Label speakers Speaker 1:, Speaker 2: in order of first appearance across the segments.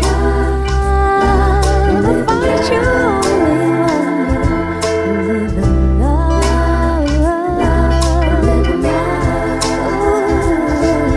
Speaker 1: Love will find you. Live and love, live and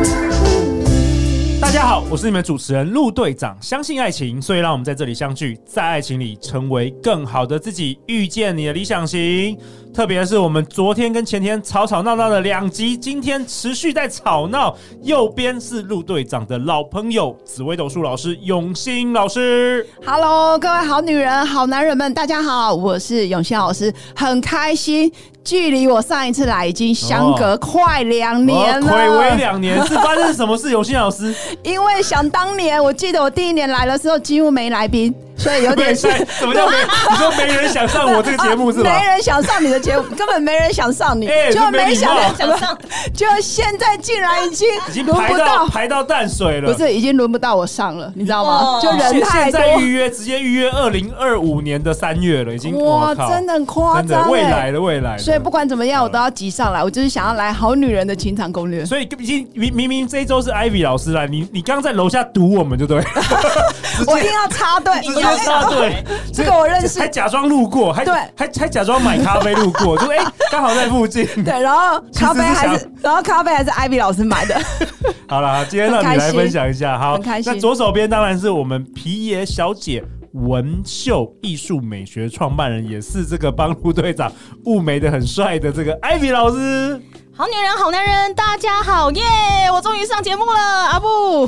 Speaker 1: love.
Speaker 2: 大家好，我是你们主持人陆队长。相信爱情，所以让我们在这里相聚，在爱情里成为更好的自己，遇见你的理想型。特别是我们昨天跟前天吵吵闹闹的两集，今天持续在吵闹。右边是陆队长的老朋友紫薇斗数老师永兴老师。
Speaker 3: Hello，各位好女人、好男人们，大家好，我是永兴老师，很开心，距离我上一次来已经相隔快两年
Speaker 2: 哦暌违
Speaker 3: 了。
Speaker 2: 两年，是发生什么事？永兴老师，
Speaker 3: 因为想当年，我记得我第一年来的时候几乎没来宾，所以有点是
Speaker 2: 对对什么叫没？你说没人想上我这个节目是吧？
Speaker 3: 啊没人想上你的节目，根本没人想上 你，
Speaker 2: 哎
Speaker 3: 就
Speaker 2: 这没礼
Speaker 3: 想
Speaker 2: 貌
Speaker 3: 想上， 就现在竟然已经
Speaker 2: 已经
Speaker 3: 轮
Speaker 2: 排
Speaker 3: 不
Speaker 2: 到
Speaker 3: 到，
Speaker 2: 排到淡水了。
Speaker 3: 不是已经轮不到我上了，你知道吗？
Speaker 4: 哇
Speaker 3: 就人
Speaker 2: 哦现现
Speaker 3: 太多。
Speaker 2: 在预约，直接预约二零二五年的三月了，已经
Speaker 3: 哇，
Speaker 2: 靠
Speaker 3: 真的很夸
Speaker 2: 真
Speaker 3: 张、
Speaker 2: 的
Speaker 3: 欸，
Speaker 2: 未来的未来的，嗯
Speaker 3: 所以不管怎么样，我都要急上来。我就是想要来《好女人的情场攻略》。
Speaker 2: 所以已经明明明这一周是 Ivy 老师来，你你刚刚在楼下堵我们就对了，
Speaker 3: 我一定要插队，
Speaker 2: 直接插队，
Speaker 3: 这个我认识
Speaker 2: 还假装路过，还
Speaker 3: 对
Speaker 2: 还还假装买咖啡路过，就哎 刚好在附近。
Speaker 3: 对，然后咖啡还
Speaker 2: 其实是
Speaker 3: 是，然后咖啡还是艾比老师 买的，
Speaker 2: 好了，今天让你
Speaker 3: 很开
Speaker 2: 来
Speaker 3: 心
Speaker 2: 分享一下，好，
Speaker 3: 很开心
Speaker 2: 那左手边当然是我们皮爷小姐。文秀艺术美学创办人，也是这个帮陆队长雾眉的很帅的这个艾比老师。
Speaker 4: 好女人，好男人，大家好耶！我终于上节目了，阿布。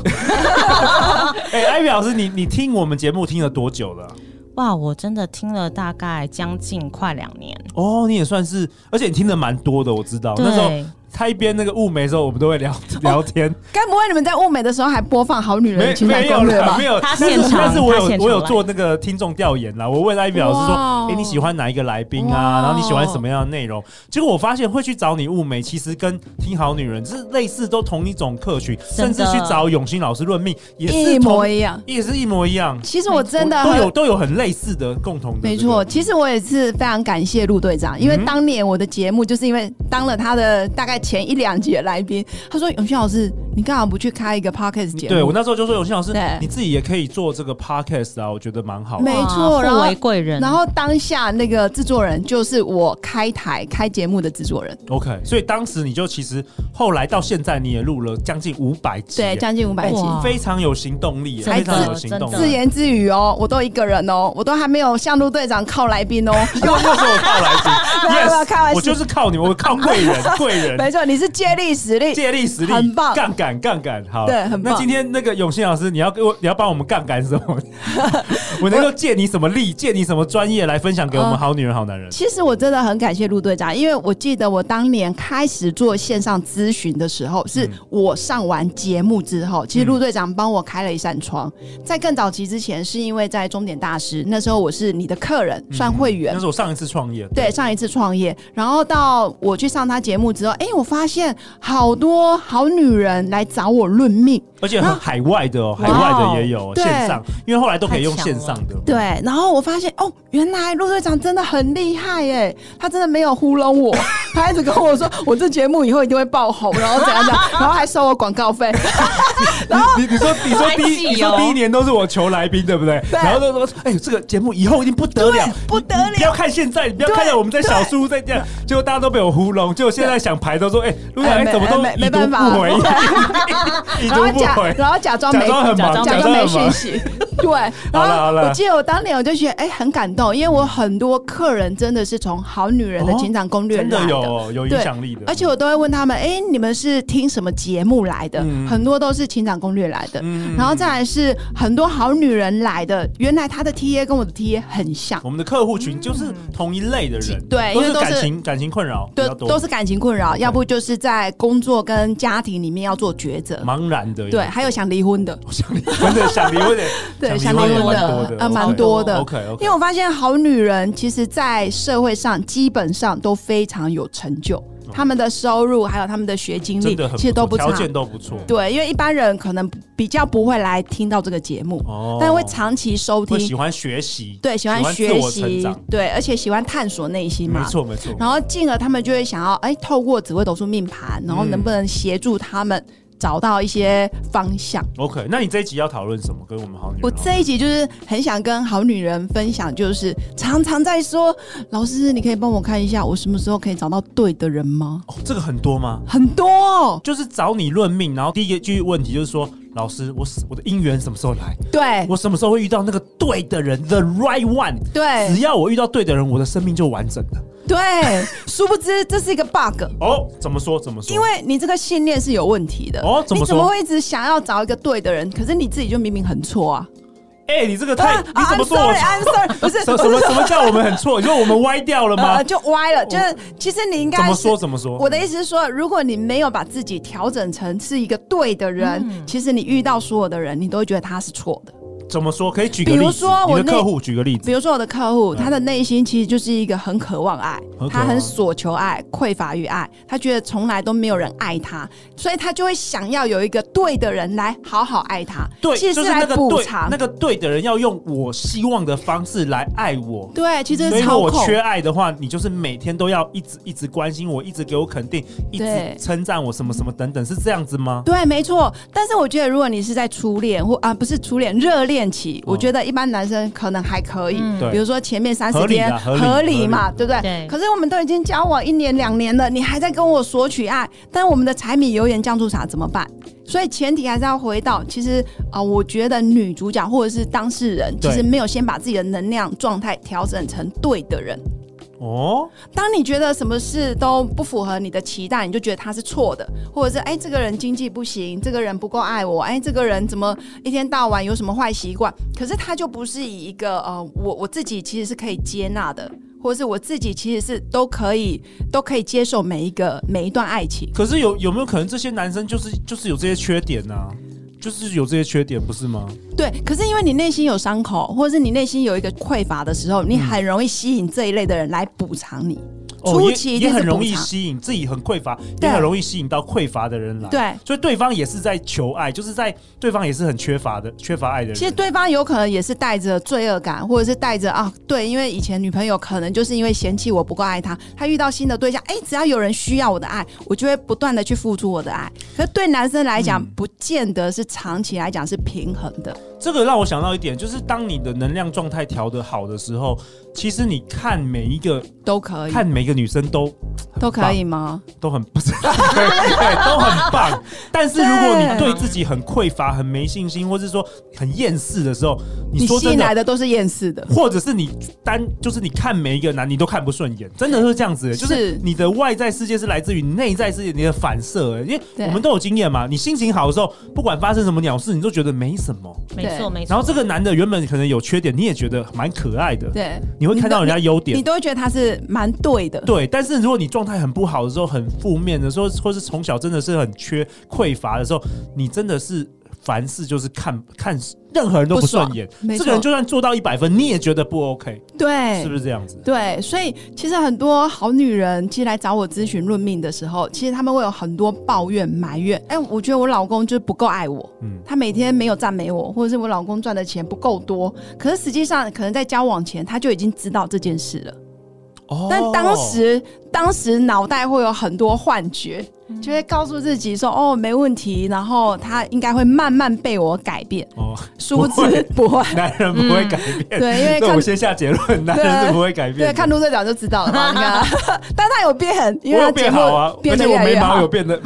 Speaker 2: 哎、艾比老师，你你听我们节目听了多久了？
Speaker 4: 哇，我真的听了大概将近快两年。
Speaker 2: 哦，你也算是，而且你听的蛮多的，我知道。那时候
Speaker 4: 对
Speaker 2: 他一边那个雾眉的时候，我们都会 聊聊天。
Speaker 3: 该不会你们在物美的时候还播放《好女人的情场
Speaker 2: 没有
Speaker 3: 攻略》
Speaker 2: 啦，
Speaker 3: 吧
Speaker 2: 没？有。
Speaker 4: 他
Speaker 2: 但是
Speaker 4: 现场
Speaker 2: 但是我
Speaker 4: 他现
Speaker 2: 有
Speaker 4: 场
Speaker 2: 我有
Speaker 4: 来
Speaker 2: 做那个听众调研啦，我问艾比老师
Speaker 3: 哇
Speaker 2: 说
Speaker 3: 哦：“
Speaker 2: 哎、你喜欢哪一个来宾
Speaker 3: 哇
Speaker 2: 啊？
Speaker 3: 哦
Speaker 2: 然后你喜欢什么样的内容？”结果我发现会去找你雾眉，其实跟听好女人是类似，都同一种客群，甚
Speaker 4: 真
Speaker 2: 至
Speaker 4: 的
Speaker 2: 去找永兴老师论命也是
Speaker 3: 一模
Speaker 2: 同
Speaker 3: 一样。
Speaker 2: 也是一模一样。
Speaker 3: 其实我真的
Speaker 2: 都
Speaker 3: 很
Speaker 2: 有都有很类似的共同的、
Speaker 3: 没错，，其实我也是非常感谢陆队长，因为
Speaker 2: 嗯
Speaker 3: 当年我的节目就是因为当了他的大概前一两集的来宾，他说永轩老师，你干嘛不去开一个 podcast 节
Speaker 2: 嗯
Speaker 3: 目？
Speaker 2: 对我那时候就说永兴老师
Speaker 3: 对，
Speaker 2: 你自己也可以做这个 podcast 啊，我觉得蛮好的。
Speaker 3: 没错，然
Speaker 4: 互
Speaker 3: 后
Speaker 4: 为贵人。
Speaker 3: 然后当下那个制作人就是我开台开节目的制作人，
Speaker 2: OK，所以当时你就其实后来到现在你也录了将近五百集耶，
Speaker 3: 对，将近五百集。
Speaker 4: 哇
Speaker 2: 非常有行动力耶，
Speaker 4: 真
Speaker 2: 非
Speaker 4: 的
Speaker 2: 常有行动
Speaker 4: 真
Speaker 3: 自
Speaker 4: 的
Speaker 2: 力。
Speaker 3: 言自语哦，我都一个人哦，我都还没有向陆队长靠来宾哦。
Speaker 2: 又又是我靠来宾
Speaker 3: 没有没有开
Speaker 2: ，yes，
Speaker 3: 玩笑
Speaker 2: 我就是靠你们，我靠贵人，贵人
Speaker 3: 没错，你是借力使力，
Speaker 2: 借力使力，
Speaker 3: 很棒
Speaker 2: 杠杆杠杆，好，
Speaker 3: 对很棒
Speaker 2: 那今天那个永兴老师，你要给我，你要帮我们杠杆什 么？我能够借你什么力，借你什么专业来分享给我们
Speaker 3: 嗯
Speaker 2: 好女人、好男人？
Speaker 3: 其实我真的很感谢陆队长，因为我记得我当年开始做线上咨询的时候，是我上完节目之后，其实陆队长帮我开了一扇窗。在更早期之前，是因为在终点大师那时候我是你的客人，算会员
Speaker 2: 那。是我上一次创业，
Speaker 3: 对，上一次创业，然后到我去上他节目之后，哎，我发现好多好女人来找我论命，
Speaker 2: 而且很海外的哦，海
Speaker 4: 哇哦
Speaker 2: 外的也有哦
Speaker 3: 啊对
Speaker 2: 线上，因为后来都可以用
Speaker 4: 太强
Speaker 2: 线
Speaker 4: 了
Speaker 2: 上的。
Speaker 3: 对，然后我发现哦，原来陆队长真的很厉害耶，他真的没有糊弄我，他一直跟我说我这节目以后一定会爆红，然后怎样怎 样，然后还收我广告费，
Speaker 2: 你你你说 你说第
Speaker 4: 还
Speaker 2: 一
Speaker 4: 记哦
Speaker 2: 你说第一年都是我求来宾，对不对？
Speaker 3: 对
Speaker 2: 然后都说，哎呦，这个节目以后一定不得了
Speaker 3: 对，不得了
Speaker 2: 你你不要看现在，你不要看
Speaker 3: 对
Speaker 2: 到我们在小书在这样，结果大家都被我糊弄，结果现在想排都说，哎，陆
Speaker 3: 哎
Speaker 2: 哎
Speaker 3: 没
Speaker 2: 怎么都
Speaker 3: 哎没
Speaker 2: 已
Speaker 3: 没
Speaker 2: 读
Speaker 3: 办法
Speaker 2: 不 回， 已
Speaker 3: 然后
Speaker 2: 读不
Speaker 3: 假
Speaker 2: 回。
Speaker 3: 然后假装没
Speaker 2: 假装很忙
Speaker 3: 假
Speaker 2: 假装
Speaker 3: 装没
Speaker 2: 很忙
Speaker 3: 讯息，对。
Speaker 2: 好了好
Speaker 3: 然后
Speaker 2: 了
Speaker 3: 我记得我当年我就觉得哎很感动，因为我很多客人真的是从《好女人的情场攻略》
Speaker 2: 哦真的
Speaker 3: 来
Speaker 2: 有哦有影响力的，
Speaker 3: 而且我都会问他们，哎、你们是听什么节目来的？
Speaker 2: 嗯
Speaker 3: 很多都是《情场攻略》来的，
Speaker 2: 嗯
Speaker 3: 然后再来是很多好女人来的。原来她的 T A 跟我的 T A 很像，
Speaker 2: 我们的客户群就是同一类的人，
Speaker 3: 嗯对
Speaker 2: 都
Speaker 3: 因
Speaker 2: 是
Speaker 3: 为都是
Speaker 2: 感情感情困扰比
Speaker 3: 对
Speaker 2: 较，多，
Speaker 3: 都是感情困扰，要不就是在工作跟家庭里面要做抉择，
Speaker 2: 茫然的，
Speaker 3: 对，，还有想离婚的，
Speaker 2: 想离婚的想离婚的，
Speaker 3: 对，
Speaker 2: 想
Speaker 3: 想
Speaker 2: 离
Speaker 3: 离
Speaker 2: 婚
Speaker 3: 婚
Speaker 2: 的
Speaker 4: 也
Speaker 2: 蛮多
Speaker 3: 的
Speaker 2: 的，
Speaker 3: 呃，蛮
Speaker 2: OK
Speaker 3: 多的。
Speaker 2: OK
Speaker 3: 因
Speaker 2: OK，
Speaker 3: 为我发现好女人其实，在社会上基本上都非常有成就，他们的收入还有他们的学经历
Speaker 2: 哦真的很
Speaker 3: 其实都不
Speaker 2: 错
Speaker 3: 差
Speaker 2: 条。件都不错。
Speaker 3: 对，因为一般人可能比较不会来听到这个节目，
Speaker 2: 哦
Speaker 3: 但会长期收
Speaker 2: 会喜
Speaker 3: 听，
Speaker 2: 欢学习，
Speaker 3: 对，喜欢
Speaker 2: 自
Speaker 3: 学
Speaker 2: 我成
Speaker 3: 习
Speaker 2: 长，
Speaker 3: 对，而且喜欢探索内心
Speaker 2: 没
Speaker 3: 嘛。
Speaker 2: 错没错。
Speaker 3: 然后进而他们就会想要，哎，透过紫微斗数命盘，然后能不能协助他们找到一些方向？
Speaker 2: OK，那你这一集要讨论什么？跟我们好女人
Speaker 3: 我
Speaker 2: 好
Speaker 3: 这一集就是很想跟好女人分享，就是常常在说，老师，你可以帮我看一下，我什么时候可以找到对的人吗？
Speaker 2: 哦这个很多吗？
Speaker 3: 很多、哦，
Speaker 2: 就是找你论命，然后第一个句问题就是说，老师，我我的姻缘什么时候来？
Speaker 3: 对
Speaker 2: 我什么时候会遇到那个对的人，the right one？只
Speaker 3: 对
Speaker 2: 要我遇到对的人，我的生命就完整了。
Speaker 3: 对，殊不知这是一个 bug。
Speaker 2: 哦，怎么说？怎么说？
Speaker 3: 因为你这个信念是有问题的
Speaker 2: 哦怎么
Speaker 3: 你
Speaker 2: 说
Speaker 3: 怎么会一直想要找一个对的人？可是你自己就明明很错啊！
Speaker 2: 哎、你这个太、
Speaker 3: 啊
Speaker 2: 你怎么说我？
Speaker 3: ？I'm sorry，I'm sorry，不 是
Speaker 2: 什么
Speaker 3: 不
Speaker 2: 什么
Speaker 3: 是
Speaker 2: 什么叫我们很错？你说我们歪掉了吗？
Speaker 3: 呃，就歪了。就是其实你应该
Speaker 2: 怎么
Speaker 3: 是
Speaker 2: 说？怎么说？
Speaker 3: 我的意思是说，如果你没有把自己调整成是一个对的人，
Speaker 2: 嗯
Speaker 3: 其实你遇到所有的人，你都会觉得他是错的。
Speaker 2: 怎么说？可以举个例
Speaker 3: 比
Speaker 2: 子。
Speaker 3: 如说我
Speaker 2: 你的
Speaker 3: 那
Speaker 2: 客户举个例子。
Speaker 3: 比如说我的客户，他的内心其实就是一个很渴望爱
Speaker 2: 嗯很，渴望
Speaker 3: 他很索求爱，匮乏于爱，他觉得从来都没有人爱他，所以他就会想要有一个对的人来好好爱他，
Speaker 2: 对，
Speaker 3: 其实
Speaker 2: 就是
Speaker 3: 来
Speaker 2: 那个
Speaker 3: 补
Speaker 2: 对
Speaker 3: 偿
Speaker 2: 那。个对的人要用我希望的方式来爱我。
Speaker 3: 对，其实
Speaker 2: 所
Speaker 3: 是
Speaker 2: 以如
Speaker 3: 操
Speaker 2: 果我
Speaker 3: 控。
Speaker 2: 缺爱的话，你就是每天都要一直一直关心我，一直给我肯定，一直
Speaker 3: 对
Speaker 2: 称赞我什么什么等等，是这样子吗？
Speaker 3: 对，没错。但是我觉得，如果你是在初恋或啊，不是初恋，热恋期，我觉得一般男生可能还可以。
Speaker 4: 嗯
Speaker 2: 哦对
Speaker 3: 比如说前面三
Speaker 2: 合
Speaker 3: 十
Speaker 2: 理
Speaker 3: 天
Speaker 2: 啦合理
Speaker 3: 嘛，对不对？
Speaker 4: 对
Speaker 3: 可是我们都已经交往一年两年了，你还在跟我索取爱，但我们的柴米油盐酱醋茶怎么办？所以前提还是要回到，其实啊、呃我觉得女主角或者是当事人，其
Speaker 2: 对
Speaker 3: 实没有先把自己的能量状态调整成对的人。
Speaker 2: 哦，
Speaker 3: 当你觉得什么事都不符合你的期待，你就觉得他是错的，或者是哎，这个人经济不行，这个人不够爱我，哎，这个人怎么一天到晚有什么坏习惯？可是他就不是以一个呃，我我自己其实是可以接纳的，或者是我自己其实是都可以都可以接受每一个每一段爱情。
Speaker 2: 可是有有没有可能这些男生就是就是有这些缺点呢、啊就是有这些缺点，不是吗？
Speaker 3: 对，可是因为你内心有伤口，或者是你内心有一个匮乏的时候，你很容易吸引这一类的人来补偿你。初期
Speaker 2: 哦也也
Speaker 3: 一定是
Speaker 2: 很容
Speaker 3: 补
Speaker 2: 易
Speaker 3: 偿
Speaker 2: 吸引自己很匮乏，也
Speaker 3: 对
Speaker 2: 很容易吸引到匮乏的人来。
Speaker 3: 对，
Speaker 2: 所以对方也是在求爱，就是在对方也是很缺乏的，缺乏爱的人。
Speaker 3: 其实对方有可能也是带着罪恶感，或者是带着啊，对，因为以前女朋友可能就是因为嫌弃我不够爱她，她遇到新的对象，哎，只要有人需要我的爱，我就会不断的去付出我的爱。可是对男生来讲，
Speaker 2: 嗯
Speaker 3: 不见得是长期来讲是平衡的。
Speaker 2: 这个让我想到一点，就是当你的能量状态调得好的时候，其实你看每一个
Speaker 3: 都可以，
Speaker 2: 看每一个女生都
Speaker 3: 都可以吗？
Speaker 2: 都很 不是，对，都很棒。但是如果你
Speaker 3: 对
Speaker 2: 对自己很匮乏、很没信心，或是说很厌世的时候，你
Speaker 3: 你
Speaker 2: 说
Speaker 3: 吸
Speaker 2: 真
Speaker 3: 引来
Speaker 2: 的。
Speaker 3: 的都是厌世的，
Speaker 2: 或者是你单就是你看每一个男你都看不顺眼，真的是这样子、欸就是
Speaker 3: 是
Speaker 2: 你的外在世界是来自于你内在世界你的反射、欸因为
Speaker 3: 对
Speaker 2: 我们都有经验嘛，你心情好的时候，不管发生什么鸟事，你都觉得没什么。
Speaker 4: 没错
Speaker 3: 对
Speaker 4: 没错。
Speaker 2: 然后这个男的原本可能有缺点，你也觉得蛮可爱的，
Speaker 3: 对，
Speaker 2: 你会看到人家优
Speaker 3: 你
Speaker 2: 点。
Speaker 3: 都会觉得他是蛮对的。
Speaker 2: 对，但是如果你状态很不好的时候，很负面的时候，或是从小真的是很缺匮乏的时候，你真的是凡事就是看看任何人都不顺眼
Speaker 3: 不爽没，
Speaker 2: 这
Speaker 3: 错哎
Speaker 2: 个人就算做到一百分，你也觉得不 OK，
Speaker 3: 对，
Speaker 2: 是不是这样子？
Speaker 3: 对，所以其实很多好女人其实来找我咨询论命的时候，其实他们会有很多抱怨、埋怨。哎，我觉得我老公就是不够爱我，
Speaker 2: 嗯
Speaker 3: 他每天没有赞美我，或者是我老公赚的钱不够多。可是实际上，可能在交往前他就已经知道这件事了，
Speaker 2: 哦
Speaker 3: 但当时当时脑袋会有很多幻觉，就会告诉自己说：“哦，没问题。”然后他应该会慢慢被我改变。
Speaker 2: 哦，
Speaker 3: 殊不
Speaker 2: 不会
Speaker 3: 知 不会，
Speaker 2: 男人不会改变，
Speaker 3: 嗯对因为
Speaker 2: 这我
Speaker 3: 看
Speaker 2: 先下结论，男人是不会改变
Speaker 3: 对，
Speaker 2: 的。
Speaker 3: 看陆队长就知道 了嘛。你看， 但他有变，因
Speaker 2: 我
Speaker 3: 为他
Speaker 2: 有
Speaker 3: 节
Speaker 2: 变
Speaker 3: 目
Speaker 2: 好啊，而
Speaker 3: 变得
Speaker 2: 且我
Speaker 3: 越来
Speaker 2: 眉
Speaker 3: 越好
Speaker 2: 毛有。变得，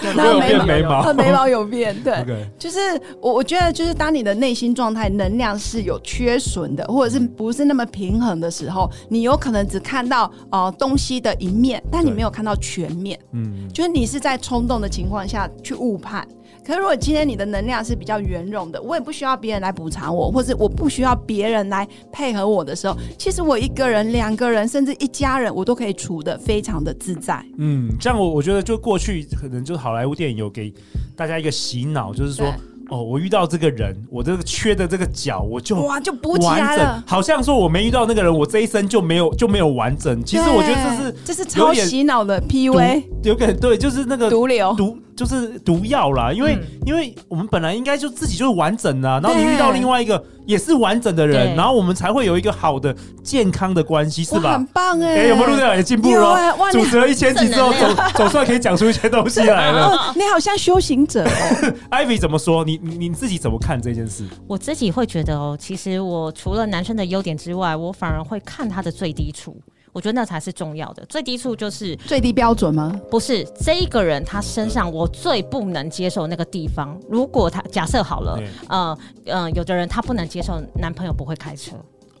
Speaker 3: 然
Speaker 2: 我有
Speaker 3: 后眉毛
Speaker 2: 变眉毛
Speaker 3: 他眉毛有变，对
Speaker 2: OK
Speaker 3: 就是我我觉得就是当你的内心状态能量是有缺损的，或者是不是那么平衡的时候，你有可能只看到呃东西的一面，但你
Speaker 2: 对
Speaker 3: 没有看到全面，
Speaker 2: 嗯，
Speaker 3: 就是你是在冲动的情况下去误判。可是如果今天你的能量是比较圆融的，我也不需要别人来补偿我，或者我不需要别人来配合我的时候，其实我一个人、两个人，甚至一家人，我都可以处的非常的自在。
Speaker 2: 嗯，这样我我觉得就过去可能就是好莱坞电影有给大家一个洗脑，就是说
Speaker 3: 对
Speaker 2: 哦，我遇到这个人，我这个缺的这个角，我就
Speaker 3: 哇，啊就补起来
Speaker 2: 完整
Speaker 3: 了，。
Speaker 2: 好像说我没遇到那个人，我这一生就没有就没有完整。其实我觉得
Speaker 3: 对
Speaker 2: 这
Speaker 3: 这
Speaker 2: 是
Speaker 3: 是超
Speaker 2: 有点
Speaker 3: 洗脑的
Speaker 2: 毒
Speaker 3: PUA
Speaker 2: 有点对，就是那个
Speaker 3: 毒哦瘤，
Speaker 2: 毒就是毒药啦，因为、
Speaker 4: 嗯
Speaker 2: 因为我们本来应该就自己就是完整的啊、然后你
Speaker 3: 对
Speaker 2: 遇到另外一个也是完整的人，
Speaker 4: 对
Speaker 2: 然后我们才会有一个好的健康的关系，是
Speaker 3: 哇，
Speaker 2: 吧
Speaker 3: 很？棒哎、
Speaker 2: 哎、有没有录队长也进步
Speaker 3: 有
Speaker 2: 了
Speaker 3: 哎哇
Speaker 2: 哦？主持了一千集之后，
Speaker 4: 正
Speaker 2: 总
Speaker 4: 能
Speaker 2: 总算可以讲出一些东西来了。
Speaker 3: 你好像修行者哦，
Speaker 2: Ivy 怎么说？你你你自己怎么看这件事？
Speaker 5: 我自己会觉得哦，其实我除了男生的优点之外，我反而会看他的最低处。我觉得那才是重要的，最低处就是
Speaker 3: 最低标准吗？
Speaker 5: 不是这一个人他身上我最不能接受那个地方。如果他假设好了
Speaker 2: 对，
Speaker 5: 呃呃，有的人他不能接受男朋友不会开车，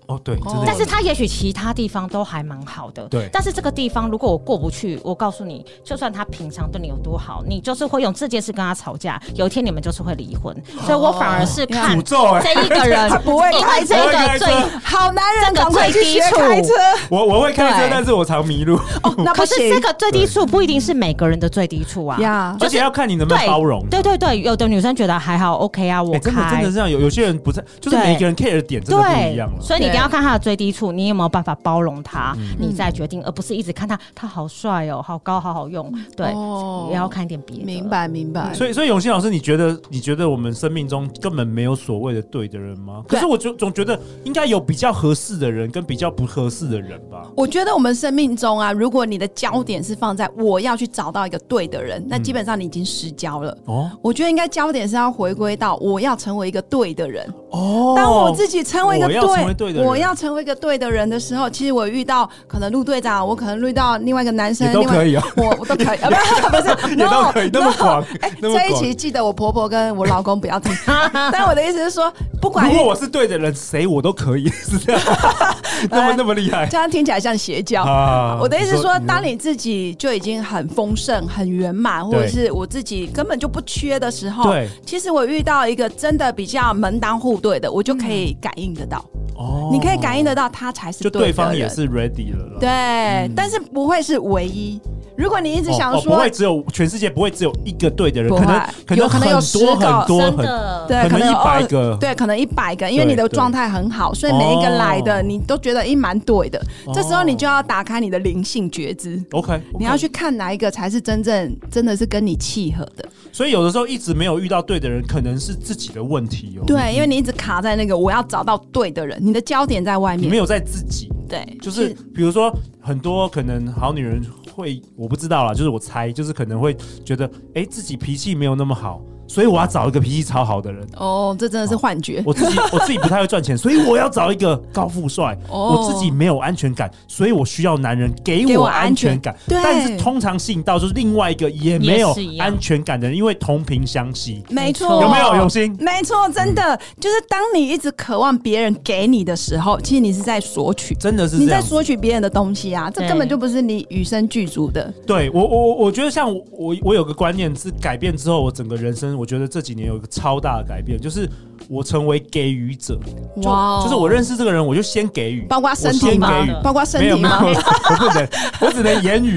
Speaker 2: 哦，对，真的
Speaker 5: 但是他也许其他地方都还蛮好的，
Speaker 2: 对
Speaker 5: 但是这个地方如果我过不去，我告诉你，就算他平常对你有多好，你就是会用这件事跟他吵架，有一天你们就是会离婚。
Speaker 2: 哦
Speaker 5: 所以我反而是看
Speaker 2: 诅咒哎、
Speaker 5: 这一个人，
Speaker 3: 他不会
Speaker 5: 因
Speaker 3: 开
Speaker 5: 为
Speaker 3: 车
Speaker 5: 这
Speaker 2: 不会开
Speaker 5: 个
Speaker 2: 车
Speaker 5: 最
Speaker 3: 好男人，
Speaker 5: 这个
Speaker 3: 赶快去
Speaker 5: 最低
Speaker 3: 学开
Speaker 5: 处
Speaker 3: 车。
Speaker 2: 我我会开车
Speaker 5: 对，
Speaker 2: 但是我常迷路，
Speaker 3: 那不
Speaker 5: 可是
Speaker 3: 行
Speaker 5: 这个最低处不一定是每个人的最低处啊。
Speaker 3: 呀，
Speaker 2: 而且要看你能不能
Speaker 5: 对
Speaker 2: 包容。
Speaker 5: 对对对，有的女生觉得还好，OK 啊，我
Speaker 2: 哎真的真
Speaker 5: 开
Speaker 2: 的。是这样，有有些人不在，就是
Speaker 5: 对
Speaker 2: 每个人 care 的点真的不一
Speaker 5: 对
Speaker 2: 样啊了，。
Speaker 5: 所以你一定
Speaker 3: 对
Speaker 5: 要看他的最低处，你有没有办法包容他，
Speaker 2: 嗯
Speaker 5: 你再决定，而不是一直看他，他好帅哦，好高，好好用，对，
Speaker 3: 哦
Speaker 5: 也要看一点别的。
Speaker 3: 明白明白。
Speaker 2: 所以，所以永新老师，你觉得你觉得我们生命中根本没有所谓的对的人吗？可
Speaker 3: 对
Speaker 2: 是我就总觉得应该有比较合适的人跟比较不合适的人吧。
Speaker 3: 我觉得我们生命中啊，如果你的焦点是放在我要去找到一个对的人，那基本上你已经失焦了。
Speaker 2: 哦
Speaker 3: 我觉得应该焦点是要回归到我要成为一个对的人。
Speaker 2: 哦
Speaker 3: 当我自己成为一个
Speaker 2: 我
Speaker 3: 对，
Speaker 2: 要成为对的人
Speaker 3: 我要成为一个对的人的时候，其实我遇到可能陆队长，我可能遇到另外一个男生，
Speaker 2: 也都
Speaker 3: 另外
Speaker 2: 可以啊，
Speaker 3: 我我都可以， 啊、不是不是，
Speaker 2: 也都可以
Speaker 3: no，
Speaker 2: 那么
Speaker 3: no
Speaker 2: 广
Speaker 3: 哎，
Speaker 2: 那么
Speaker 3: 这一
Speaker 2: 广
Speaker 3: 期记得我婆婆跟我老公不 要听，但我的意思是说，不管
Speaker 2: 如果我是对的人，谁我都可以， 是这样， 那么那么厉害
Speaker 3: 哎这样听起来像邪教。
Speaker 2: 啊
Speaker 3: 我的意思是说，
Speaker 2: 你
Speaker 3: 当你自己就已经很丰盛、很圆满，或者是我自己根本就不缺的时候，
Speaker 2: 对
Speaker 3: 其实我遇到一个真的比较门当户对的，我就可以感应得到，
Speaker 2: 哦
Speaker 3: 你可以感应得到他才是
Speaker 2: 嗯就
Speaker 3: 对的
Speaker 2: 对方也
Speaker 3: 人
Speaker 2: 是 ready 了啦。
Speaker 3: 对，啊
Speaker 2: 哦，
Speaker 3: 但是不会是唯一。如果你一直想
Speaker 2: 哦
Speaker 3: 说，
Speaker 2: 不会只有全世界不会只有一个对的人，
Speaker 3: 不
Speaker 2: 可
Speaker 3: 会
Speaker 2: 能可
Speaker 3: 有
Speaker 2: 能
Speaker 3: 可能有
Speaker 2: 很多
Speaker 3: 10个
Speaker 2: 很多
Speaker 5: 真
Speaker 2: 很
Speaker 5: 的，
Speaker 3: 对，
Speaker 2: 可能
Speaker 3: 有
Speaker 2: 100
Speaker 3: 哦
Speaker 2: 个
Speaker 3: 对，可能一百个，因为你的
Speaker 2: 对
Speaker 3: 状态很好，所以每一个
Speaker 2: 哦
Speaker 3: 来的你都觉得一蛮对的。这时候
Speaker 2: 哦
Speaker 3: 你就要打开你的灵性觉知。
Speaker 2: OK，
Speaker 3: 你要去看哪一个才是真正真的是跟你契合的？
Speaker 2: 所以有的时候一直没有遇到对的人，可能是自己的问题哦。
Speaker 3: 对，因为你一直卡在那个我要找到对的人，你的焦点在外
Speaker 2: 你没
Speaker 3: 面。
Speaker 2: 有在自己，
Speaker 3: 对，
Speaker 2: 就是比如说很多可能好女人会，我不知道啦，就是我猜，就是可能会觉得，哎、自己脾气没有那么好，所以我要找一个脾气超好的人。
Speaker 3: 哦，这真的是幻觉。
Speaker 2: 我自己我自己不太会赚钱，所以我要找一个高富帅。
Speaker 3: 哦
Speaker 2: 我自己没有安全感，所以我需要男人给
Speaker 3: 给我
Speaker 2: 我
Speaker 3: 安
Speaker 2: 安
Speaker 3: 全
Speaker 2: 全感。
Speaker 3: 对
Speaker 2: 但是通常吸引到就是另外一个也没有
Speaker 5: 也是一样
Speaker 2: 安全感的人，因为同频相吸。
Speaker 3: 没错，
Speaker 5: 哦
Speaker 2: 有没有嗯永兴？
Speaker 3: 没错，真的就是当你一直渴望别人给你的时候，其实你是在索取，
Speaker 2: 真的是
Speaker 3: 你
Speaker 2: 这
Speaker 3: 在
Speaker 2: 样。
Speaker 3: 索取别人的东西啊，这
Speaker 5: 对
Speaker 3: 根本就不是你与生俱足的。
Speaker 2: 对我我我我觉得像我我我有个观念是改变之后，我整个人生我觉得这几年有一个超大的改变，就是我成为给予者，就
Speaker 3: 哇哦
Speaker 2: 就是我认识这个人，我就先给予，
Speaker 3: 包括身
Speaker 2: 我
Speaker 3: 体
Speaker 2: 先
Speaker 3: 吗
Speaker 2: 给予？
Speaker 3: 包括身
Speaker 2: 没有
Speaker 3: 体
Speaker 2: 没有，
Speaker 3: 吗？
Speaker 2: 我不能，我只能言 语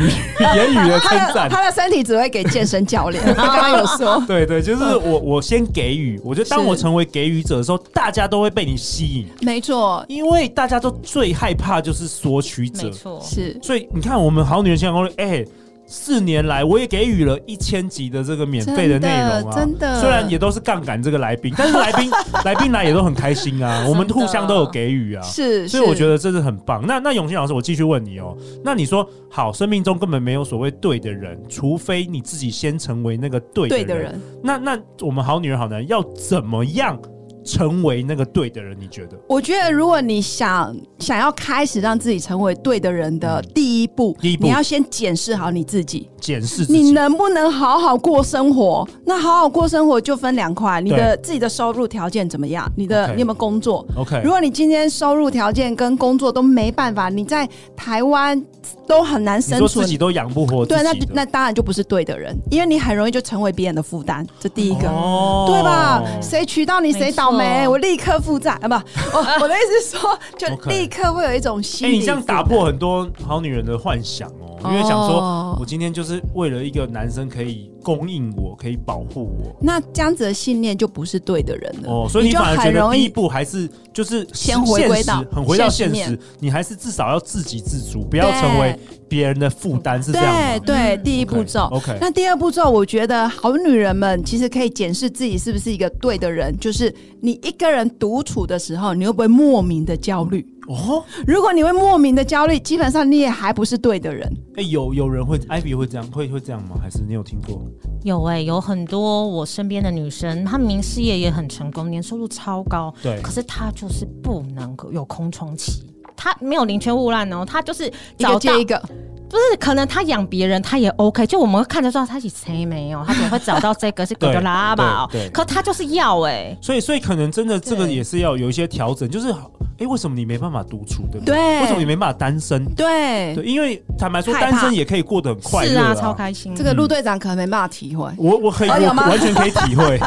Speaker 2: 言语的称
Speaker 3: 他的
Speaker 2: 赞。
Speaker 3: 他的身体只会给健身教练，刚刚有说。
Speaker 2: 对对，就是
Speaker 3: 嗯
Speaker 2: 我，我先给予。我觉得当
Speaker 3: 是
Speaker 2: 我成为给予者的时候，大家都会被你吸引，
Speaker 3: 没错，
Speaker 2: 因为大家都最害怕就是索取者
Speaker 5: 没。错，
Speaker 3: 是
Speaker 2: 所以你看，我们好女人情感攻略，哎、四年来我也给予了一千集的这个免费的内容啊，
Speaker 3: 真的真的
Speaker 2: 虽然也都是杠杆这个来宾， 但是来宾来宾来也都很开心啊，我们互相都有给予啊。
Speaker 3: 是，
Speaker 2: 所以我觉
Speaker 3: 得
Speaker 2: 得这是很棒。那那永新老师，我继续问你哦。那你说，好，生命中根本没有所谓对的人，除非你自己先成为那个对的
Speaker 3: 对
Speaker 2: 人。
Speaker 3: 的人，
Speaker 2: 那那我们好女人好男人要怎么样成为那个对的人？你觉得
Speaker 3: 我觉得如果你想想要开始让自己成为对的人的第一步，
Speaker 2: 第一步
Speaker 3: 你要先检视好你自己，
Speaker 2: 检视自
Speaker 3: 你
Speaker 2: 己，
Speaker 3: 能不能好好过生活？那好好过生活就分两块，你的自己的收入条件怎么样？你的
Speaker 2: OK
Speaker 3: 你有没有工作？
Speaker 2: OK？
Speaker 3: 如果你今天收入条件跟工作都没办法，你在台湾都很难
Speaker 2: 你
Speaker 3: 生
Speaker 2: 说自
Speaker 3: 存
Speaker 2: 己。都养不活自
Speaker 3: 对，
Speaker 2: 己
Speaker 3: 那
Speaker 2: 的，
Speaker 3: 那当然就不是对的人，因为你很容易就成为别人的负担，这第一个，
Speaker 2: 哦
Speaker 3: 对吧？谁娶到你，谁倒霉，我立刻负债啊！不， 我我的意思是说，就
Speaker 2: OK
Speaker 3: 立刻会有一种心
Speaker 2: 哎、
Speaker 3: 理。
Speaker 2: 你这样打破很多好女人的幻想哦，因为想说
Speaker 3: 哦
Speaker 2: 我今天就是为了一个男生可以供应我，可以保护我
Speaker 3: 那这样子的信念就不是对的人了。
Speaker 2: 哦，所以你
Speaker 3: 嗯就
Speaker 2: 反而觉
Speaker 3: 很
Speaker 2: 得
Speaker 3: 容
Speaker 2: 第一
Speaker 3: 易
Speaker 2: 步还是就是
Speaker 3: 先回归到
Speaker 2: 现实很回到现
Speaker 3: 现实
Speaker 2: 实，你还是至少要自给自足，不要成为别人的负担，是这样
Speaker 3: 对
Speaker 2: 吗？
Speaker 3: 对，
Speaker 5: 嗯
Speaker 3: 第一步骤。
Speaker 2: OK，
Speaker 3: 那第二步骤，我觉得好女人们其实可以检视自己是不是一个对的人，就是你一个人独处的时候，你会不会莫名的焦虑？
Speaker 2: 哦，
Speaker 3: 如果你会莫名的焦虑，基本上你也还不是对的人。
Speaker 2: 哎、有有人会艾比会这样，会会这样吗？还是你有听过？
Speaker 5: 有哎、有很多我身边的女生，她明明事业也很成功，年收入超高，
Speaker 2: 对
Speaker 5: 可是她就是不能够有空窗期。她没有宁缺毋滥哦，她就是
Speaker 3: 一个
Speaker 5: 找到
Speaker 3: 接一个，
Speaker 5: 不是可能她养别人她也 OK，就我们会看得到她是谁没有，她怎么会找到这 个是狗的拉吧
Speaker 2: 对对对？
Speaker 5: 可她就是要哎、
Speaker 2: 所以，所以可能真的这个
Speaker 5: 对
Speaker 2: 也是要有一些调整，就是，哎、为什么你没办法独处，对不对？
Speaker 3: 对
Speaker 2: 为什么你没办法单身？
Speaker 3: 对，
Speaker 2: 对，因为坦白说，
Speaker 3: 害怕
Speaker 2: 单身也可以过得很快
Speaker 5: 是
Speaker 2: 乐、啊，
Speaker 5: 超开心。
Speaker 3: 这个陆队长可能没办法体会。
Speaker 2: 我我可以，
Speaker 3: 哦
Speaker 2: 我
Speaker 3: 有吗
Speaker 2: 完全可以体 会。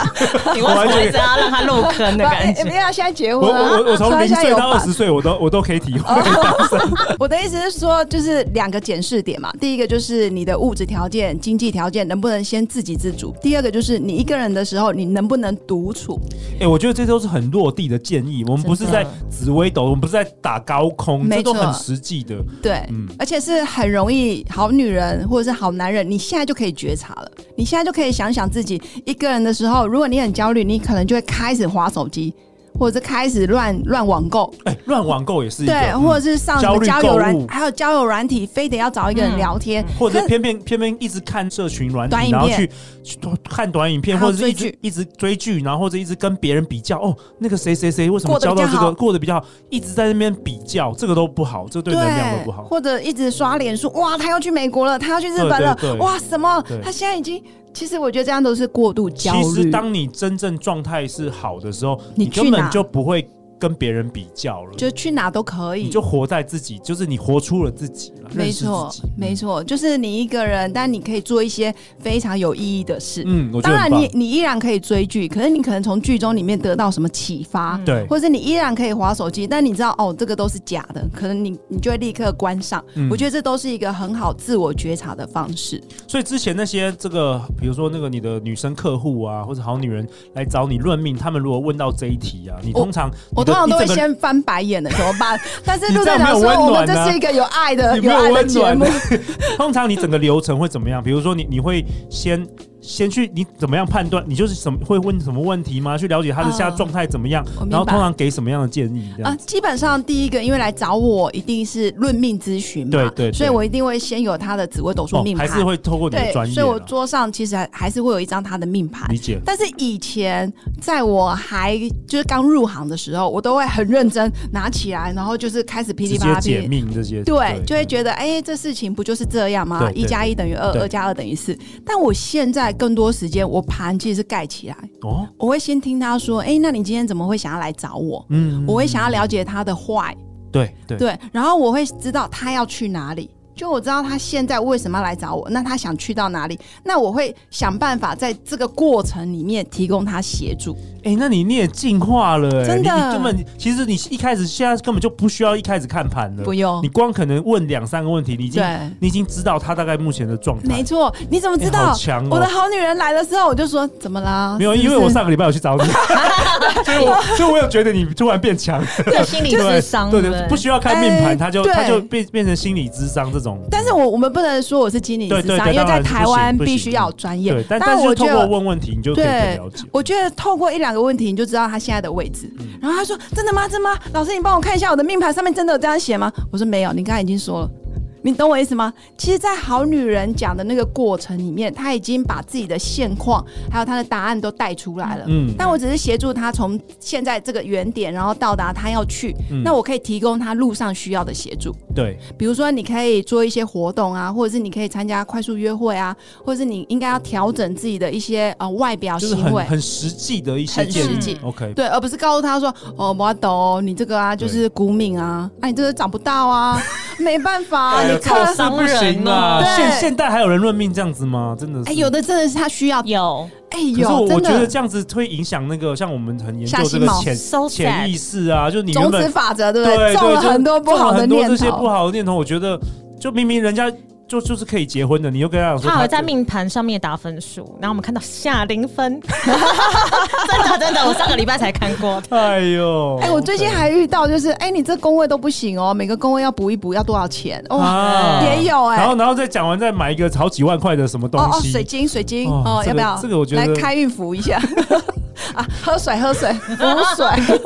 Speaker 5: 你为什么一直要让她入坑的感
Speaker 3: 不
Speaker 5: 觉？
Speaker 3: 要现在结
Speaker 2: 我
Speaker 3: 婚啊！
Speaker 2: 我我从
Speaker 3: 突然
Speaker 2: 零
Speaker 3: 现在
Speaker 2: 岁
Speaker 3: 有哦
Speaker 2: 到二
Speaker 3: 版
Speaker 2: 十岁，我都我都可以体会。
Speaker 3: 我的意思是说，就是两个检视点嘛。第一个就是你的物质条件、经济条件能不能先自给自足；第二个就是你一个人的时候，你能不能独处。
Speaker 2: 哎、我觉得这都是很落地的建议，我们不是
Speaker 5: 真
Speaker 2: 在
Speaker 5: 的
Speaker 2: 紫微斗，我们不是在打高空，这
Speaker 3: 没
Speaker 2: 都
Speaker 3: 错
Speaker 2: 很实际的。
Speaker 3: 对，
Speaker 2: 嗯
Speaker 3: 而且是很容易，好女人或者是好男人，你现在就可以觉察了。你现在就可以想想自己一个人的时候，如果你很焦虑，你可能就会开始划手机，或者是开始乱乱网购，
Speaker 2: 哎、乱网购也是一个，
Speaker 3: 对，
Speaker 2: 嗯
Speaker 3: 或者是上什么
Speaker 2: 焦
Speaker 3: 交
Speaker 2: 虑购
Speaker 3: 友软
Speaker 2: 物，
Speaker 3: 还有交友软体，非得要找一个人聊天，
Speaker 2: 或者
Speaker 3: 可
Speaker 2: 是偏偏偏偏一直看社群软
Speaker 3: 短
Speaker 2: 体，
Speaker 3: 影
Speaker 2: 然后
Speaker 3: 片
Speaker 2: 去去看短影片，
Speaker 3: 还有
Speaker 2: 或者是一直
Speaker 3: 追剧
Speaker 2: 一直追剧，然后或者一直跟别人比较。哦，那个谁谁谁为什么
Speaker 3: 过得
Speaker 2: 交
Speaker 3: 比
Speaker 2: 到
Speaker 3: 较
Speaker 2: 这个
Speaker 3: 好
Speaker 2: 过得比较好，一直在那边比较，这个都不好，这对能量都不好。嗯
Speaker 3: 或者一直刷脸书，哇，他要去美国了，他要去日本了，
Speaker 2: 对对对
Speaker 3: 哇，什么
Speaker 2: 对？
Speaker 3: 他现在已经，其实我觉得这样都是过度焦
Speaker 2: 其实
Speaker 3: 虑。
Speaker 2: 当你真正状态是好的时候，
Speaker 3: 你
Speaker 2: 你根
Speaker 3: 去
Speaker 2: 本
Speaker 3: 哪
Speaker 2: 就不会跟别人比较了，
Speaker 3: 就去哪都可以，
Speaker 2: 你就活在自己，就是你活出了自己了，
Speaker 3: 没
Speaker 2: 认识
Speaker 3: 错
Speaker 2: 自己，
Speaker 3: 没。错，就是你一个人，但你可以做一些非常有意义的事。
Speaker 2: 嗯，我觉
Speaker 3: 当
Speaker 2: 得
Speaker 3: 然
Speaker 2: 很棒
Speaker 3: 你，。你依然可以追剧，可是你可能从剧中里面得到什么启发，
Speaker 5: 嗯
Speaker 2: 对
Speaker 3: 或者是你依然可以划手机，但你知道哦，这个都是假的，可能你你就会立刻关上。
Speaker 2: 嗯
Speaker 3: 我觉得这都是一个很好自我觉察的方式。
Speaker 2: 所以之前那些这个，比如说那个你的女生客户啊，或者好女人来找你论命，他们如果问到这一题啊，你
Speaker 3: 我
Speaker 2: 通常你的
Speaker 3: 我通常
Speaker 2: 你
Speaker 3: 都会
Speaker 2: 整个
Speaker 3: 先翻白眼的，怎么 办？但是
Speaker 2: 你
Speaker 3: 陆
Speaker 2: 这
Speaker 3: 队
Speaker 2: 样
Speaker 3: 长
Speaker 2: 没有
Speaker 3: 说，
Speaker 2: 温
Speaker 3: 我
Speaker 2: 暖
Speaker 3: 们这
Speaker 2: 啊
Speaker 3: 是一个有爱的、
Speaker 2: 你没
Speaker 3: 呃
Speaker 2: 有
Speaker 3: 有爱的
Speaker 2: 温
Speaker 3: 节
Speaker 2: 暖
Speaker 3: 目
Speaker 2: 呢。 通常你整个流程会怎么样？比如说你你会先先去你怎么样判断？你就是什么会问什么问题吗？去了解他的
Speaker 3: 啊
Speaker 2: 现在状态怎么样、
Speaker 3: 我明白
Speaker 2: 然后通常给什么样的建议？这样、
Speaker 3: 啊，基本上第一个，因为来找我一定是论命咨询嘛，
Speaker 2: 对对对
Speaker 3: 所以我一定会先有他的紫微斗数
Speaker 2: 哦
Speaker 3: 命
Speaker 2: 还
Speaker 3: 盘，
Speaker 2: 是会透过你的
Speaker 3: 对，
Speaker 2: 专业啊
Speaker 3: 所以我
Speaker 2: 啦，
Speaker 3: 桌上其实还还是会有一张他的命盘
Speaker 2: 理。解。
Speaker 3: 但是以前在我还就是刚入行的时候，我都会很认真拿起来，然后就是开始噼
Speaker 2: 直
Speaker 3: 里啪
Speaker 2: 接解
Speaker 3: 啦噼里
Speaker 2: 命这些，
Speaker 3: 对，就会觉得哎、这事情不就是这样吗
Speaker 2: 嗯对？对
Speaker 3: 一加一等于二，
Speaker 2: 对
Speaker 3: 二加二等于四。但我现在更多时间，我盘其实是盖起来，
Speaker 2: 哦，
Speaker 3: 我会先听他说，哎、那你今天怎么会想要来找我？
Speaker 2: 嗯
Speaker 3: 我会想要了解他的坏，
Speaker 2: 对对
Speaker 3: 对，然后我会知道他要去哪里。就我知道他现在为什么要来找我，那他想去到哪里？那我会想办法在这个过程里面提供他协助。
Speaker 2: 哎、那你你也进化了、欸，
Speaker 3: 真的
Speaker 2: 你你根本其实你一开始现在根本就不需要一开始看盘了，
Speaker 3: 不用
Speaker 2: 你光可能问两三个问题，你已经
Speaker 3: 对
Speaker 2: 你已经知道他大概目前的状态，
Speaker 3: 没错，你怎么知
Speaker 2: 哎
Speaker 3: 道
Speaker 2: 好强哦？
Speaker 3: 我的好女人来的时候，我就说怎么啦？
Speaker 2: 没有，
Speaker 3: 是不
Speaker 2: 因
Speaker 3: 是
Speaker 2: 为我上个礼拜有去找 你，所以我所以我有觉得你突然变强，
Speaker 5: 对哎心理智商
Speaker 2: 对
Speaker 5: 对不
Speaker 2: 对，
Speaker 5: 对
Speaker 2: 不需要看命
Speaker 3: 哎
Speaker 2: 盘，他就
Speaker 3: 对
Speaker 2: 他就变变成心理智商这种。
Speaker 3: 但是我我们不能说我是经理
Speaker 2: 对
Speaker 3: 智
Speaker 2: 对
Speaker 3: 商，
Speaker 2: 对
Speaker 3: 因为
Speaker 2: 当
Speaker 3: 在
Speaker 2: 然是
Speaker 3: 台
Speaker 2: 不行
Speaker 3: 湾
Speaker 2: 不行
Speaker 3: 必
Speaker 2: 嗯
Speaker 3: 须要有专业
Speaker 2: 对，。但
Speaker 3: 但
Speaker 2: 但
Speaker 3: 我
Speaker 2: 是
Speaker 3: 觉
Speaker 2: 通过
Speaker 3: 得。
Speaker 2: 问问题，你就可以更
Speaker 3: 对
Speaker 2: 了解，。
Speaker 3: 我觉得透过一两个问题，你就知道他现在的位置。然后他说：“真的吗？真的吗？老师，你帮我看一下我的命盘上面真的有这样写吗？”我说：“没有，你刚才已经说了。”你懂我意思吗？其实，在好女人讲的那个过程里面，她已经把自己的现况还有她的答案都带出来了。
Speaker 2: 嗯
Speaker 3: 但我只是协助她从现在这个原点，然后到达她要去。
Speaker 2: 嗯
Speaker 3: 那我可以提供她路上需要的协助。
Speaker 2: 对，
Speaker 3: 比如说，你可以做一些活动啊，或者是你可以参加快速约会啊，或者是你应该要调整自己的一些呃外表
Speaker 2: 就是
Speaker 3: 行
Speaker 2: 很
Speaker 3: 为。
Speaker 2: 很实际的一些
Speaker 3: 很
Speaker 2: 建
Speaker 3: 实
Speaker 2: 议
Speaker 3: 际。
Speaker 2: OK，
Speaker 3: 对，而不是告诉他说哦，我懂、哦、你这个啊，就
Speaker 2: 对
Speaker 3: 是骨敏啊，啊，你这个长不到啊，没办法，
Speaker 5: 哎
Speaker 3: 你
Speaker 5: 呀
Speaker 3: 看
Speaker 5: 这，
Speaker 2: 不行啊！
Speaker 3: 对
Speaker 2: 现现代还有人论命这样子吗？真的是
Speaker 3: 哎，有的真的是他需要，
Speaker 5: 有
Speaker 2: 可
Speaker 3: 哎
Speaker 2: 是
Speaker 3: 有，
Speaker 2: 我
Speaker 3: 真
Speaker 2: 觉得
Speaker 3: 的
Speaker 2: 这样子会影响那个，像我们很研
Speaker 3: 下
Speaker 2: 究
Speaker 3: 心
Speaker 2: 这个
Speaker 3: 毛
Speaker 2: 潜
Speaker 5: so sad
Speaker 2: 潜意识啊，就你原
Speaker 3: 种子
Speaker 2: 本
Speaker 3: 法则，对不
Speaker 2: 对，
Speaker 3: 种了
Speaker 2: 就
Speaker 3: 很多不
Speaker 2: 中了
Speaker 3: 好的
Speaker 2: 很多
Speaker 3: 念
Speaker 2: 这些不
Speaker 3: 头，
Speaker 2: 好的念头，我觉得就明明人家就就是可以结婚的，你又跟他讲说
Speaker 5: 他有在
Speaker 2: 这
Speaker 5: 命盘上面打分数，然后我们看到下 零分，真的真的，我上个礼拜才看 过。
Speaker 2: 哎呦，
Speaker 3: 哎，我最近还遇到就是，哎，你这工位都不行哦，每个工位要补一补，要多少钱？哇，
Speaker 2: 啊
Speaker 3: 也有哎
Speaker 2: 然后然后再讲完再买一个好几万块的什么东
Speaker 3: 哦哦，
Speaker 2: 西，
Speaker 3: 水晶水晶
Speaker 2: 哦
Speaker 3: 哦，
Speaker 2: 这个
Speaker 3: 要不要？
Speaker 2: 这个我觉得
Speaker 3: 来开运符一下 啊，喝水喝 水，补水。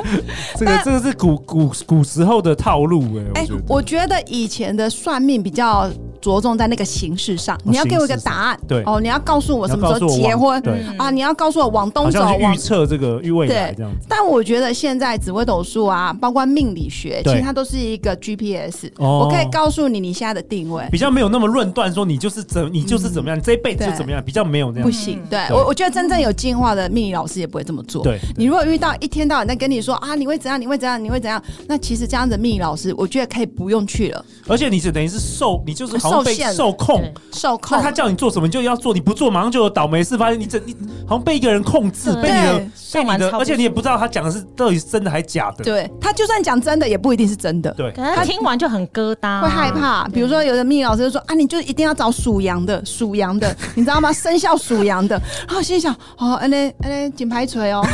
Speaker 2: 这个这个是古古古时候的套路哎、
Speaker 3: 哎
Speaker 2: 我觉得，
Speaker 3: 我觉得以前的算命比较着重在那个形式
Speaker 2: 哦
Speaker 3: 上，你要给我一个答案，
Speaker 2: 对
Speaker 3: 哦，你要告诉我
Speaker 2: 你要
Speaker 3: 什么时
Speaker 2: 告
Speaker 3: 候
Speaker 2: 诉我
Speaker 3: 结
Speaker 2: 往
Speaker 3: 婚
Speaker 2: 对，
Speaker 3: 啊，你要告诉我往东
Speaker 2: 好
Speaker 3: 走，
Speaker 2: 像去预
Speaker 3: 往。
Speaker 2: 测这个预未来
Speaker 3: 对
Speaker 2: 这样子
Speaker 3: 但我觉得现在紫微斗数啊，包括命理学，其
Speaker 2: 对
Speaker 3: 实它都是一个 GPS，
Speaker 2: 哦
Speaker 3: 我可以告诉你你现在的定位。
Speaker 2: 比较没有那么论断说你就是怎你就是怎么
Speaker 3: 嗯
Speaker 2: 样，你这一辈子就怎么样，比较没有那样
Speaker 3: 不行，对
Speaker 2: 对
Speaker 3: 我我觉得真正有进化的命理老师也不会这么做。
Speaker 2: 对对
Speaker 3: 你如果遇到一天到晚在跟你说啊，你会怎样，你会怎样，你会怎样，那其实这样的命理老师，我觉得可以不用去了，
Speaker 2: 而且你只等于是受，你就是好像被
Speaker 3: 受限了
Speaker 2: 受控。
Speaker 5: 对
Speaker 3: 受
Speaker 2: 那
Speaker 3: 控。
Speaker 2: 他叫你做什么，你就要做；你不做，马上就有倒霉事发生。你整你好像被一个人控制，
Speaker 5: 对
Speaker 2: 被你的
Speaker 3: 对，
Speaker 2: 被
Speaker 5: 上
Speaker 2: 你
Speaker 5: 完
Speaker 2: 的，
Speaker 5: 超
Speaker 2: 而且你也不知道他讲的是到底是真的还假的。
Speaker 3: 对他就算讲真的，也不一定是真的。
Speaker 2: 对
Speaker 5: 可是听完就很疙瘩，
Speaker 3: 会害。怕。比如说，有的命理老师就说啊，你就一定要找属羊的，属羊的，你知道吗？生肖属羊的。然后心里想，哦，哎嘞哎嘞，紧 排锤哦，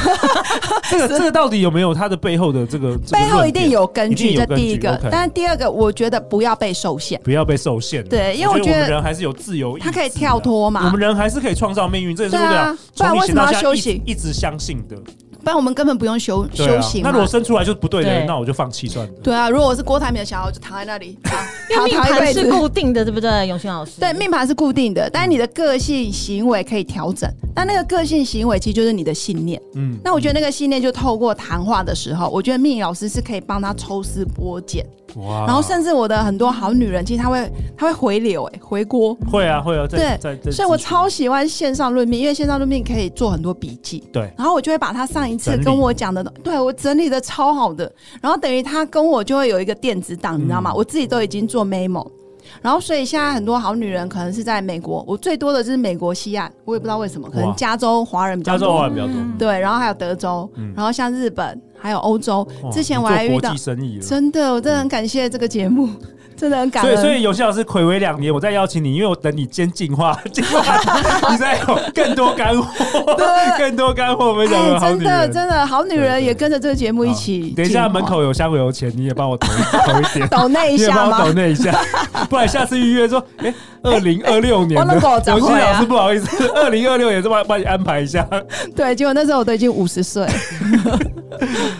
Speaker 2: 这个这个到底有没有他的背后的这个这个
Speaker 3: 背后一
Speaker 2: 论点
Speaker 3: 定有根
Speaker 2: 一
Speaker 3: 据。
Speaker 2: 定有
Speaker 3: 这
Speaker 2: 根
Speaker 3: 第一个
Speaker 2: 据，，OK
Speaker 3: 但是第二个，我觉得不要被受限，
Speaker 2: 不要被受限。
Speaker 3: 对因为
Speaker 2: 我
Speaker 3: 我
Speaker 2: 觉
Speaker 3: 觉
Speaker 2: 得
Speaker 3: 得
Speaker 2: 我们人还是有自由意志
Speaker 3: 他
Speaker 2: 的，
Speaker 3: 可以跳脱
Speaker 2: 啊我
Speaker 3: 嘛
Speaker 2: 们，人还是可以创造命运，这也是
Speaker 3: 对啊
Speaker 2: 我
Speaker 3: 不然
Speaker 2: 从以
Speaker 3: 为
Speaker 2: 前
Speaker 3: 什么
Speaker 2: 到
Speaker 3: 要
Speaker 2: 现在
Speaker 3: 休
Speaker 2: 一直
Speaker 3: 息
Speaker 2: 一直相信的。
Speaker 3: 不然我们根本不用修
Speaker 2: 对
Speaker 3: 修
Speaker 2: 啊
Speaker 3: 行
Speaker 2: 那
Speaker 3: 嘛
Speaker 2: 如。果生出来就是不对的人，
Speaker 5: 对
Speaker 2: 那我就放弃算了。
Speaker 3: 对啊，如果我是郭台铭的小孩，我就躺在那 里，躺
Speaker 5: 因为命
Speaker 3: 躺一辈
Speaker 5: 盘是
Speaker 3: 子。
Speaker 5: 固定的，对不对，永勋老师？
Speaker 3: 对，命盘是固定的，但是你的个性行为可以调整。但那个个性行为其实就是你的信念。
Speaker 2: 嗯，
Speaker 3: 那我觉得那个信念就透过谈话的时候，我觉得命理老师是可以帮他抽丝剥茧，
Speaker 2: 哇
Speaker 3: 然后甚至我的很多好女人，其实她会她会回流、欸，回锅。
Speaker 2: 会啊会啊，在
Speaker 3: 对
Speaker 2: 在在，
Speaker 3: 所以我超喜欢线上论命，因为线上论命可以做很多笔记。
Speaker 2: 对
Speaker 3: 然后我就会把他上一次
Speaker 2: 整理
Speaker 3: 跟我讲的，对我整理的超好的，然后等于他跟我就会有一个电子
Speaker 2: 嗯
Speaker 3: 档，你知道吗？我自己都已经做 memo，然后所以现在很多好女人可能是在美国，我最多的就是美国西岸，我也不知道为什么，可
Speaker 2: 哇
Speaker 3: 能加州华人比
Speaker 2: 加
Speaker 3: 较多，嗯
Speaker 2: 州话啊比较多。
Speaker 3: 对，然后还有德州，然后像日本还有欧洲，
Speaker 2: 哇
Speaker 3: 之前
Speaker 2: 你
Speaker 3: 我
Speaker 2: 做
Speaker 3: 还遇
Speaker 2: 国
Speaker 3: 到
Speaker 2: 际，生意了。
Speaker 3: 真的，我真的很感谢这个节目，真的很感
Speaker 2: 所以，
Speaker 3: 恩。
Speaker 2: 所以有些老师暌违两年，我再邀请你，因为我等你先进化， 进化，你再有更多干货， 更多干货分享给好
Speaker 3: 哎真
Speaker 2: 女
Speaker 3: 的
Speaker 2: 人。
Speaker 3: 真的好女
Speaker 2: 对
Speaker 3: 人
Speaker 2: 对
Speaker 3: 也跟着这个节目一
Speaker 2: 好
Speaker 3: 起。，
Speaker 2: 等一下门。口有香油钱，你也帮我投投一点
Speaker 3: 抖那一
Speaker 2: 你也
Speaker 3: 下
Speaker 2: 帮我抖
Speaker 3: 吗？
Speaker 2: 那一下， 不然下次预约 说，哎，二零二六年
Speaker 3: 我
Speaker 2: 的
Speaker 3: 们狗找
Speaker 2: 永新
Speaker 3: 回
Speaker 2: 老
Speaker 3: 来啊
Speaker 2: 师不好意思， 二零二六年再帮帮你安排一下。
Speaker 3: 对，结果那时候我都已经五十岁了，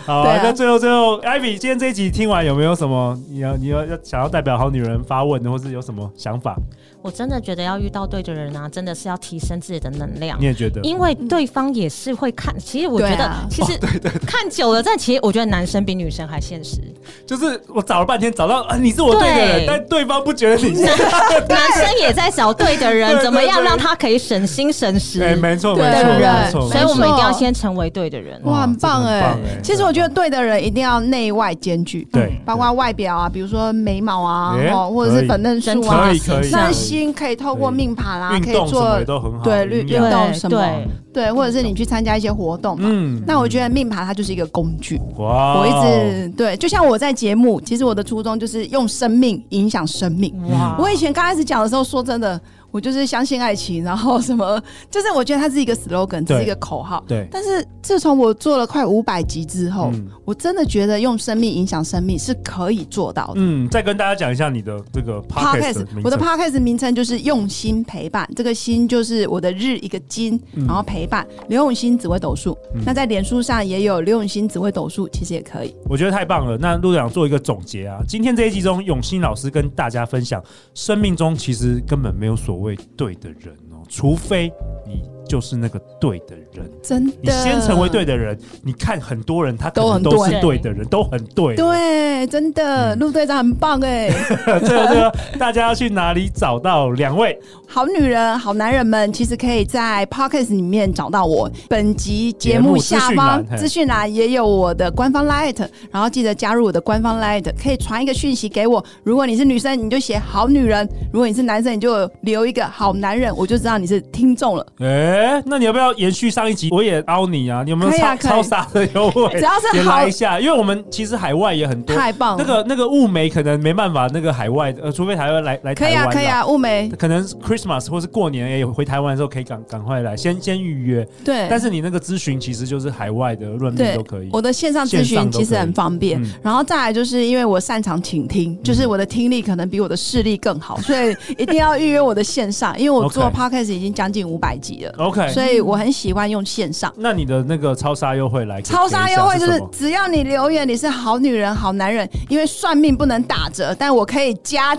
Speaker 2: 好、
Speaker 3: 对
Speaker 2: 啊
Speaker 3: 啊，
Speaker 2: 那最后最后，艾比，今天这一集听完有没有什么你要你要要想要代表好女人发问的，或是有什么想法？
Speaker 5: 我真的觉得要遇到对的人啊，真的是要提升自己的能量
Speaker 2: 你。也觉得？哦
Speaker 5: 因为对方也是会看，其实我觉
Speaker 3: 对
Speaker 5: 得
Speaker 3: 啊，
Speaker 5: 其实看久了，但其实我觉得男生比女生还现实。
Speaker 2: 就是我找了半天找到啊，你是我对的人，
Speaker 5: 对
Speaker 2: 但对方不觉得你是。
Speaker 5: 男生也在找对的人，
Speaker 2: 对
Speaker 5: 怎么样
Speaker 2: 对对
Speaker 5: 让他可以省心省时？
Speaker 2: 哎、没错没
Speaker 3: 对
Speaker 2: 错
Speaker 3: 对
Speaker 2: 没错，
Speaker 3: 对
Speaker 5: 所以我们一定要
Speaker 3: 没错
Speaker 5: 先成为对的人。
Speaker 2: 哇
Speaker 3: 哇，很棒
Speaker 2: 真的很
Speaker 3: 哎
Speaker 2: 棒哎！
Speaker 3: 其实我觉得对的人一定要内外兼具，
Speaker 2: 对
Speaker 3: 包括外表啊，比如说眉毛啊
Speaker 2: 哎，
Speaker 3: 哦，或者
Speaker 2: 可以
Speaker 3: 是粉嫩
Speaker 5: 身
Speaker 3: 素
Speaker 5: 体
Speaker 3: 啊
Speaker 2: 可以，可以
Speaker 3: 那
Speaker 2: 可以
Speaker 3: 心可以透过
Speaker 2: 可以
Speaker 3: 命盘啊，可
Speaker 2: 运
Speaker 3: 以
Speaker 2: 动什么
Speaker 3: 做
Speaker 2: 的都很好，
Speaker 3: 对
Speaker 2: 营
Speaker 3: 运
Speaker 2: 养
Speaker 3: 运动
Speaker 5: 对
Speaker 3: 什么
Speaker 5: 对，
Speaker 3: 对，或者是你去参加一些活动嘛。
Speaker 2: 嗯，哦
Speaker 3: 那我觉得命盘它就是一个工具，
Speaker 2: 哇
Speaker 3: 我一直对，就像我在节目，其实我的初衷就是用生命影响生命。
Speaker 2: 哦
Speaker 5: 哇
Speaker 3: 我以前刚开始讲的时候，说真的，我就是相信爱情，然后什么， 就是我觉得它是一个 slogan，
Speaker 2: 对
Speaker 3: 是一个口号。
Speaker 2: 对
Speaker 3: 但是自从我做了快五百集之后，
Speaker 2: 嗯
Speaker 3: 我真的觉得用生命影响生命是可以做到的。
Speaker 2: 嗯，再跟大家讲一下你的这个 podcast，
Speaker 3: 我的
Speaker 2: 名称
Speaker 3: podcast 名称就是用心陪伴，这个心就是我的日一个金，
Speaker 2: 嗯
Speaker 3: 然后陪伴刘永新紫微斗数。那在脸书上也有刘永新紫微斗数，其实也可以。
Speaker 2: 我觉得太棒了。那陆长做一个总结啊，今天这一集中，永新老师跟大家分享，生命中其实根本没有所谓对的人哦。哦，除非你就是那个对的人。
Speaker 3: 真的，
Speaker 2: 你先成为对的人，你看很多人他可
Speaker 3: 都
Speaker 2: 能
Speaker 3: 很
Speaker 2: 都是
Speaker 5: 对
Speaker 2: 对的人，都很对。
Speaker 3: 对，真
Speaker 2: 嗯
Speaker 3: 的，陆队长很棒哎、
Speaker 2: 这个这个，大家要去哪里找到两位？
Speaker 3: 好女人、好男人们，其实可以在 Podcast 里面找到我。本集节目下
Speaker 2: 节目资讯
Speaker 3: 方
Speaker 2: 栏嘿
Speaker 3: 资讯栏也有我的官方 Light，然后记得加入我的官方 Light，可以传一个讯息给我。如果你是女生，你就写好女人；如果你是男生，你就留一个好男人，我就知道你是听众了。
Speaker 2: 哎、那你要不要延续上一集？我也凹你啊！你有没有
Speaker 3: 可以
Speaker 2: 超、
Speaker 3: 啊可以
Speaker 2: 超傻的优惠？
Speaker 3: 只要是
Speaker 2: 也
Speaker 3: 好
Speaker 2: 来一下，因为我们其实海外也很多，
Speaker 3: 太棒
Speaker 2: 那
Speaker 3: 了
Speaker 2: 个那个物美可能没办法，那个海外呃，除非台湾来来
Speaker 3: 可以
Speaker 2: 台湾
Speaker 3: 啊，
Speaker 2: 啦
Speaker 3: 可以。啊，物美，
Speaker 2: 可能 Christmas 或是过年也有回台湾的时候，可以赶赶快来，先先预约。
Speaker 3: 对，
Speaker 2: 但是你那个咨询其实就是海外的论
Speaker 3: 对
Speaker 2: 命嗯都可以。
Speaker 3: 我的线上咨
Speaker 2: 线上
Speaker 3: 询
Speaker 2: 都
Speaker 3: 其实很方便
Speaker 2: 可以嗯，嗯
Speaker 3: 然后再来就是因为我擅长倾听，就是我的听力可能比我的视力 更好，所以一定要预约我的线上，因为我做
Speaker 2: OK 哎
Speaker 3: podcast 已经将近五百集了，
Speaker 2: OK，
Speaker 3: 所以我很喜欢用线上。
Speaker 2: 那你的那个超杀优惠来给
Speaker 3: 超杀优惠
Speaker 2: 给
Speaker 3: 就
Speaker 2: 一下
Speaker 3: 是
Speaker 2: 什么
Speaker 3: 只要你留言你是好女人、好男人，因为算命不能打折，但我可以加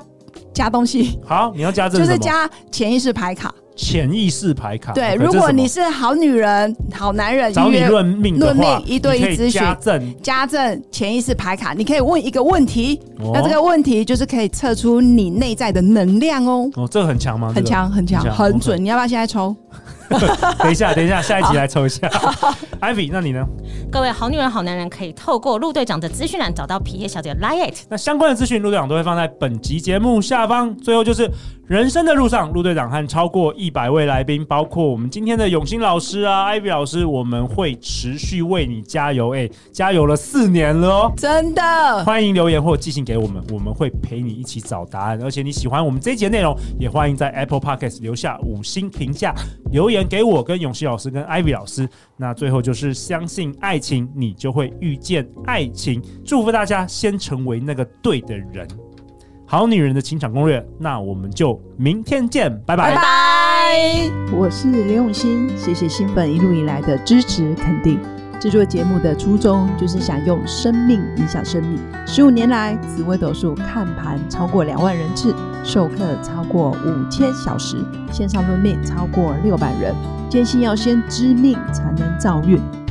Speaker 3: 加东西，
Speaker 2: 好，你要加这
Speaker 3: 就
Speaker 2: 个什
Speaker 3: 是
Speaker 2: 么
Speaker 3: 加潜意识牌卡。
Speaker 2: 潜意识牌卡。OK，
Speaker 3: 对，如
Speaker 2: 哎这什
Speaker 3: 果
Speaker 2: 么
Speaker 3: 你是好女人、好男人，
Speaker 2: 找
Speaker 3: 预
Speaker 2: 你
Speaker 3: 约
Speaker 2: 论命的
Speaker 3: 论
Speaker 2: 话，
Speaker 3: 命一对一
Speaker 2: 你可以
Speaker 3: 咨询
Speaker 2: 加赠
Speaker 3: 家政潜意识牌卡，你可以问一个问题，
Speaker 2: 哦
Speaker 3: 那这个问题就是可以测出你内在的能量哦，
Speaker 2: 哦，这个很强吗？
Speaker 3: 很强很强
Speaker 2: 很强
Speaker 3: 很
Speaker 2: OK
Speaker 3: 准。你要不要现在抽？
Speaker 2: 这个。等一下， 等一下，下一集来抽一下。Ivy，那你呢？
Speaker 5: 各位好女人、好男人可以透过陆队长的资讯栏找到皮耶小姐 Liet。
Speaker 2: 那相关的资讯，陆队长都会放在本集节目下方。最后就是人生的路上，陆队长和超过一百位来宾，包括我们今天的永兴老师啊、Ivy 老师，我们会持续为你加油。哎、加油了四年了哦！
Speaker 3: 真的，
Speaker 2: 欢迎留言或寄信给我们，我们会陪你一起找答案。而且你喜欢我们这一节内容，也欢迎在 Apple Podcast 留下五星评价，留言给我、跟永熙老师、跟 Ivy 老师。那最后就是相信爱情，你就会遇见爱情。祝福大家先成为那个对的人。好女人的情场攻略，那我们就明天见，拜拜
Speaker 3: 拜。
Speaker 6: 我是刘永新，谢谢新粉一路以来的支持肯定。制作节目的初衷就是想用生命影响生命。十五年来，紫微斗数看盘超过两万人次，授课超过五千小时，线上论命超过六百人。坚信要先知命才能造运，